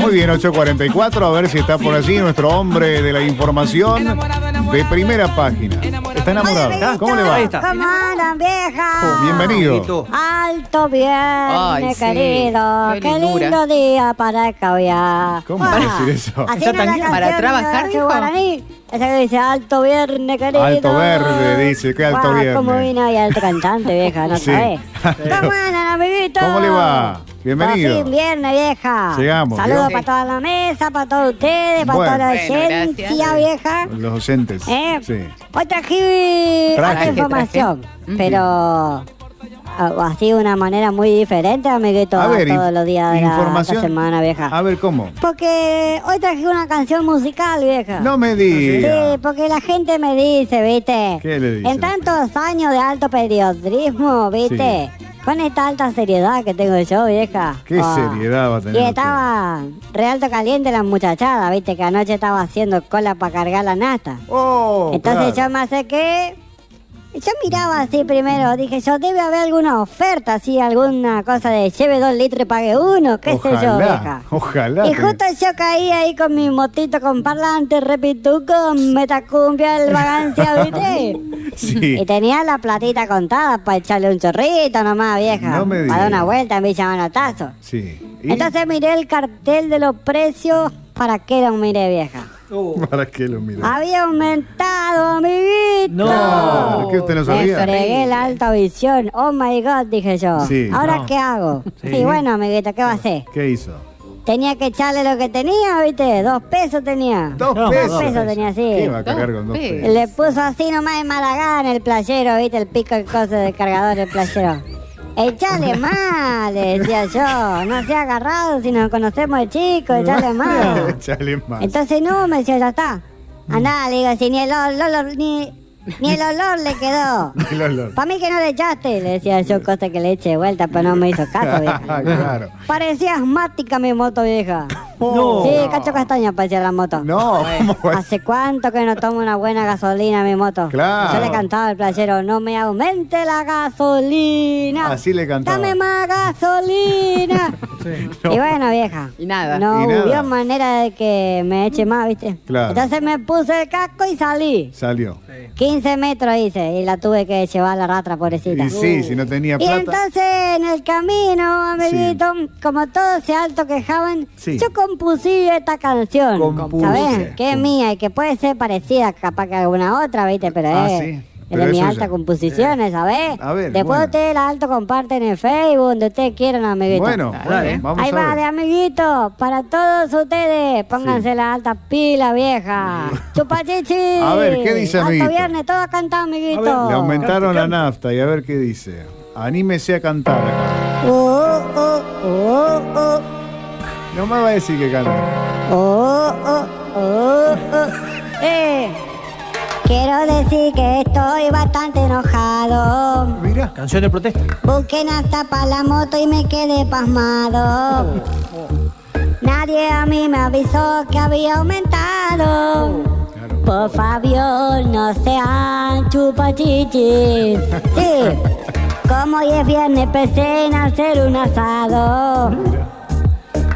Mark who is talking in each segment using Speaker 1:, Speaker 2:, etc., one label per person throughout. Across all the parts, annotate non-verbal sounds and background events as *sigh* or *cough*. Speaker 1: Muy bien, 844, a ver si está por allí nuestro hombre de la información de primera página. ¿Está enamorado? ¿Cómo le va? Oh,
Speaker 2: Ahí está.
Speaker 3: ¿Cómo andan, vieja?
Speaker 2: ¿Y
Speaker 1: Bienvenido.
Speaker 2: tú?
Speaker 3: Alto viernes,
Speaker 4: Ay, sí.
Speaker 3: querido.
Speaker 4: Qué
Speaker 3: Qué,
Speaker 4: lindura.
Speaker 3: lindo día para caviar.
Speaker 1: ¿Cómo va a decir eso?
Speaker 3: Así
Speaker 4: Está
Speaker 3: era
Speaker 4: tan-
Speaker 3: la
Speaker 4: para
Speaker 3: canción de
Speaker 4: trabajar,
Speaker 3: Horacio
Speaker 4: dijo.
Speaker 3: Guaraní. Esa que dice alto viernes, querido.
Speaker 1: Alto verde, dice, qué alto
Speaker 3: Guau,
Speaker 1: viernes.
Speaker 3: ¿Cómo vino ahí alto cantante, vieja? No
Speaker 1: *laughs* Sí.
Speaker 3: sabés. ¿Cómo andan, amiguito?
Speaker 1: ¿Cómo le va? Bienvenido.
Speaker 3: Por fin, viernes, vieja.
Speaker 1: Llegamos,
Speaker 3: Saludos
Speaker 1: llegamos.
Speaker 3: para toda la mesa, para todos ustedes, para
Speaker 1: Bueno.
Speaker 3: toda la
Speaker 4: Bueno,
Speaker 3: audiencia,
Speaker 4: gracias.
Speaker 3: vieja.
Speaker 1: Los docentes.
Speaker 3: ¿Eh?
Speaker 1: Sí.
Speaker 3: Hoy traje otra
Speaker 1: Traje.
Speaker 3: información,
Speaker 4: Traje. Ujú.
Speaker 3: pero a- así de una manera muy diferente, amiguito,
Speaker 1: A
Speaker 3: a
Speaker 1: ver,
Speaker 3: todos
Speaker 1: inf-
Speaker 3: los días de la-
Speaker 1: información.
Speaker 3: esta semana, vieja.
Speaker 1: A ver, ¿cómo?
Speaker 3: Porque hoy traje una canción musical, vieja.
Speaker 1: No me diga.
Speaker 3: Sí, porque la gente me dice, viste,
Speaker 1: ¿Qué le dice
Speaker 3: en tantos años de alto periodismo, viste, con esta alta seriedad que tengo yo, vieja.
Speaker 1: Qué
Speaker 3: Ah.
Speaker 1: seriedad va a tener
Speaker 3: Y
Speaker 1: usted.
Speaker 3: estaba realto caliente la muchachada, viste, que anoche estaba haciendo cola para cargar la nata.
Speaker 1: Oh,
Speaker 3: Entonces
Speaker 1: claro.
Speaker 3: yo me acerqué. Yo miraba así primero, dije yo, debe haber alguna oferta, así, alguna cosa de lleve dos litros y pague uno, qué sé yo,
Speaker 1: Ojalá,
Speaker 3: vieja.
Speaker 1: ojalá.
Speaker 3: Y
Speaker 1: que-
Speaker 3: justo yo caí ahí con mi motito con parlante, repituco, metacumbia,
Speaker 1: *laughs*
Speaker 3: el vagancia, ¿viste?
Speaker 1: Sí.
Speaker 3: Y tenía la platita contada para echarle un chorrito nomás, vieja.
Speaker 1: No me diga.
Speaker 3: para dar una vuelta en Villa Manotazo.
Speaker 1: Sí. ¿Y
Speaker 3: Entonces miré el cartel de los precios, ¿para qué lo miré, vieja?
Speaker 1: ¿Para qué lo mira?
Speaker 3: Había aumentado, amiguito.
Speaker 2: No.
Speaker 1: ¿Por qué usted no
Speaker 3: Me
Speaker 1: sabía?
Speaker 3: fregué la alta visión. Oh my god, dije yo.
Speaker 1: Sí.
Speaker 3: ¿Ahora
Speaker 2: No.
Speaker 3: qué hago?
Speaker 2: Sí.
Speaker 3: Y bueno, amiguito, ¿qué va a hacer?
Speaker 1: ¿Qué hizo?
Speaker 3: Tenía que echarle lo que tenía, ¿viste? Dos pesos tenía.
Speaker 1: Dos
Speaker 2: No,
Speaker 1: pesos.
Speaker 3: dos pesos tenía, sí.
Speaker 1: ¿Qué va a
Speaker 4: Dos
Speaker 1: cargar con dos
Speaker 4: pesos.
Speaker 1: pesos?
Speaker 3: Le puso así nomás en Malagán el playero, ¿viste? El pico el coso del cargador del playero. Echale
Speaker 2: *laughs*
Speaker 3: más, le decía yo. No sea agarrado si nos conocemos de
Speaker 1: *laughs*
Speaker 3: chico, echale más.
Speaker 1: Échale más.
Speaker 3: Entonces no, me decía, ya está.
Speaker 2: Mm.
Speaker 3: Andá, le digo, si ni el olor, ni, ni el olor le quedó.
Speaker 1: *laughs* El olor.
Speaker 3: Para mí que no le echaste, le decía yo, cosa que le eche de vuelta, pero no me hizo caso, vieja.
Speaker 1: *laughs* claro.
Speaker 3: Parecía asmática mi moto, vieja.
Speaker 1: No.
Speaker 3: Sí, cacho castaña parecía la moto.
Speaker 1: No, pues. ¿cómo va a
Speaker 3: Hace cuánto que no tomo una buena gasolina mi moto.
Speaker 1: Claro.
Speaker 3: Yo le cantaba al playero, no me aumente la gasolina.
Speaker 1: Así le cantaba.
Speaker 3: Dame
Speaker 1: *laughs*
Speaker 3: más gasolina.
Speaker 1: No.
Speaker 3: Y bueno, vieja.
Speaker 4: Y nada.
Speaker 3: No
Speaker 1: Y nada.
Speaker 3: hubo manera de que me eche más, ¿viste?
Speaker 1: Claro.
Speaker 3: Entonces me puse el casco y salí.
Speaker 1: Salió.
Speaker 3: 15 metros hice y la tuve que llevar la ratra, pobrecita.
Speaker 1: Y sí, si no tenía
Speaker 3: Y
Speaker 1: plata.
Speaker 3: entonces en el camino, amiguito, como todos se alto quejaban,
Speaker 1: Sí.
Speaker 3: yo compusí esta canción.
Speaker 1: Compuse.
Speaker 3: ¿Sabes? Que es
Speaker 1: Com-
Speaker 3: mía y que puede ser parecida capaz que alguna otra, ¿viste? Pero
Speaker 1: Ah,
Speaker 3: es,
Speaker 1: sí.
Speaker 3: es
Speaker 1: Pero
Speaker 3: de
Speaker 1: es
Speaker 3: mis
Speaker 1: suya.
Speaker 3: altas composiciones, ¿sabes?
Speaker 1: A ver,
Speaker 3: Después
Speaker 1: bueno.
Speaker 3: ustedes la alto comparten en Facebook, donde ustedes quieran, amiguito.
Speaker 1: Bueno,
Speaker 4: Dale.
Speaker 1: bueno, vamos
Speaker 3: Ahí
Speaker 1: a
Speaker 3: va, de
Speaker 1: ver.
Speaker 3: amiguito, para todos ustedes. Pónganse la alta
Speaker 1: *laughs*
Speaker 3: pila, vieja. Chupachichi.
Speaker 1: A ver, ¿qué dice, amiguito?
Speaker 3: Alto viernes, todos cantamos, amiguito.
Speaker 1: Le aumentaron la nafta y a ver qué dice. Anímese a cantar acá.
Speaker 3: Oh, oh, oh, oh.
Speaker 1: No me va a decir que canta.
Speaker 3: Oh, oh, oh, oh. Eh. Quiero decir que estoy bastante enojado.
Speaker 1: Mira.
Speaker 2: Canción de protesta.
Speaker 3: Busquen hasta para la moto y me quedé pasmado.
Speaker 1: Oh,
Speaker 3: Nadie a mí me avisó que había aumentado.
Speaker 1: Claro.
Speaker 3: Por favor, no sean chupachichis. Sí, como hoy es viernes, pensé en hacer un asado.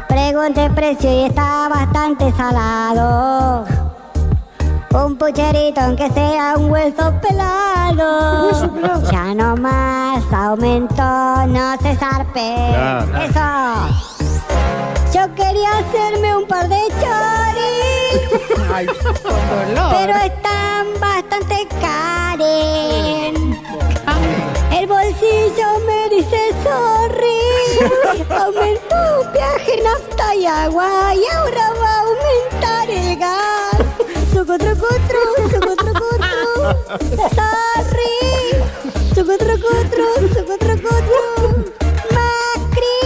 Speaker 3: Pregunté el precio y está bastante salado. Un pucherito, aunque sea un hueso pelado. Ya no más aumentó, no se zarpe.
Speaker 1: Claro.
Speaker 3: Eso. Yo quería hacerme un par de choris.
Speaker 4: Ay, con dolor.
Speaker 3: Pero están bastante caros. El bolsillo me dice sorry. Aumentó un viaje nafta y agua y ahora va a aumentar el gas. Truco, truco, tru, truco, truco, tru. Sorry. Truco, truco, tru, truco, truco, tru. Macri.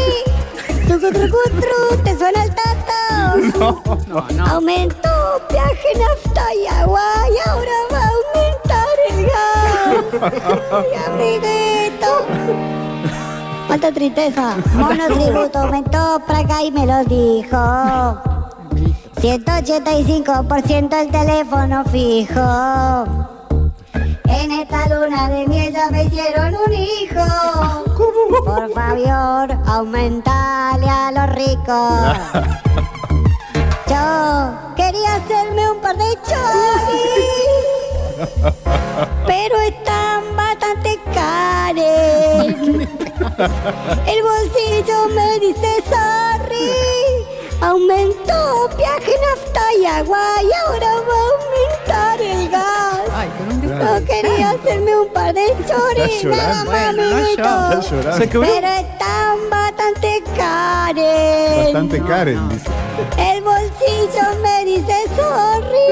Speaker 3: Truco, truco, tru. ¿Te suena el tato?
Speaker 4: No, no.
Speaker 3: Aumentó viaje nafta y agua y ahora va a aumentar el gas. Ay, amiguito. Cuánta tristeza. Monotributo aumentó para acá y me lo dijo. 185% el teléfono fijo. En esta luna de miel ya me hicieron un hijo. Por favor, aumentale a los ricos. Yo quería hacerme un par de choris, pero están bastante caros. El bolsillo me dice sorry, aumentó viaje nafta y agua y ahora va a aumentar el gas.
Speaker 4: Ay, con un
Speaker 3: Yo quería hacerme un par de choris, nada
Speaker 1: llorando.
Speaker 3: más,
Speaker 4: Bueno, no
Speaker 3: amiguito.
Speaker 1: Estás llorando.
Speaker 2: Se quebró.
Speaker 3: Pero están bastante caros.
Speaker 1: Bastante Karen, dice.
Speaker 3: El bolsillo me dice sorry.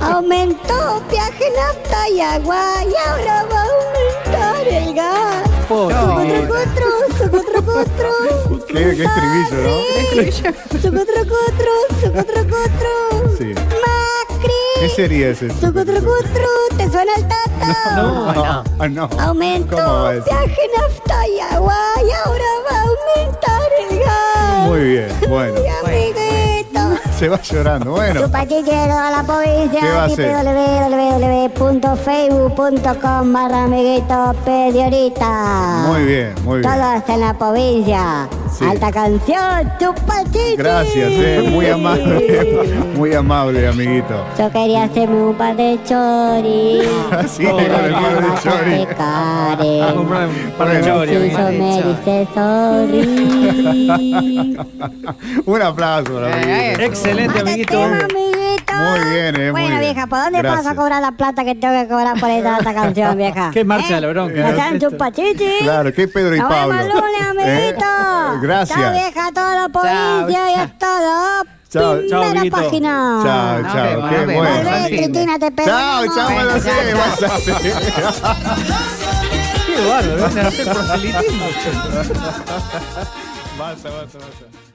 Speaker 1: *laughs*
Speaker 3: Aumentó viaje nafta y agua y ahora va a aumentar el gas.
Speaker 2: Pobre.
Speaker 3: Sucutrucutru, sucutrucutru.
Speaker 1: *laughs* Qué, qué estribillo, ¿no?
Speaker 3: Sorry. Sucutrucutru, sucutrucutru.
Speaker 1: Sí. ¿Qué
Speaker 3: Macri.
Speaker 1: sería ese? *laughs*
Speaker 3: Sucutrucutru, ¿te suena el tata?
Speaker 2: No,
Speaker 1: Ah,
Speaker 2: no.
Speaker 1: no.
Speaker 3: Aumentó
Speaker 1: ¿Cómo va a decir?
Speaker 3: viaje nafta y agua y ahora va a aumentar el gas.
Speaker 1: Muy bien, bueno.
Speaker 3: Y amiguito.
Speaker 1: Se va llorando. Bueno,
Speaker 3: Chupachillero a la provincia
Speaker 1: ¿Qué va a hacer?
Speaker 3: www.facebook.com barra amiguito pediorita.
Speaker 1: muy bien, muy bien.
Speaker 3: Todos en la provincia.
Speaker 1: Sí.
Speaker 3: Alta canción, chupachichi.
Speaker 1: Gracias, eh, muy
Speaker 3: *laughs*
Speaker 1: amable, muy amable, amiguito. *laughs*
Speaker 3: Yo quería hacerme un par de choris.
Speaker 1: Así es, con el par de *laughs* chori.
Speaker 2: A
Speaker 1: *laughs*
Speaker 2: comprar un par de
Speaker 1: Bueno.
Speaker 2: choris,
Speaker 3: Si yo
Speaker 2: amigo.
Speaker 3: me dice sorry.
Speaker 1: *laughs* Un aplauso, al amiguito.
Speaker 2: Excelente,
Speaker 3: Mate
Speaker 2: amiguito.
Speaker 3: tema, amiguito.
Speaker 1: Muy bien, eh, muy
Speaker 3: Bueno,
Speaker 1: bien.
Speaker 3: vieja, ¿por dónde
Speaker 1: Gracias.
Speaker 3: paso a cobrar la plata que tengo que cobrar por esta, esta canción, vieja? ¿Eh?
Speaker 2: Qué marcha la bronca,
Speaker 3: ¿No
Speaker 2: ¿no?
Speaker 3: sean
Speaker 2: Esto.
Speaker 3: chupachichi?
Speaker 1: Claro, qué Pedro y
Speaker 3: Nos
Speaker 1: Pablo.
Speaker 3: vemos lunes,
Speaker 1: Eh,
Speaker 3: amiguito.
Speaker 1: *laughs* Gracias.
Speaker 3: Chao, vieja, a toda la provincia y a todo.
Speaker 1: Chao,
Speaker 3: Primera
Speaker 2: chao, amiguito.
Speaker 3: página.
Speaker 1: Chao,
Speaker 4: Nos
Speaker 1: chao,
Speaker 4: vemos,
Speaker 1: qué
Speaker 4: nos vemos.
Speaker 1: bueno.
Speaker 3: Volvé,
Speaker 4: Santi.
Speaker 3: Cristina, te espero.
Speaker 1: Chao,
Speaker 3: mi
Speaker 1: chao,
Speaker 3: amor.
Speaker 1: buenas noches, buenas noches.
Speaker 2: Qué bárbaro, van a hacer proselitismo.
Speaker 1: *laughs* Basta, basta, basta.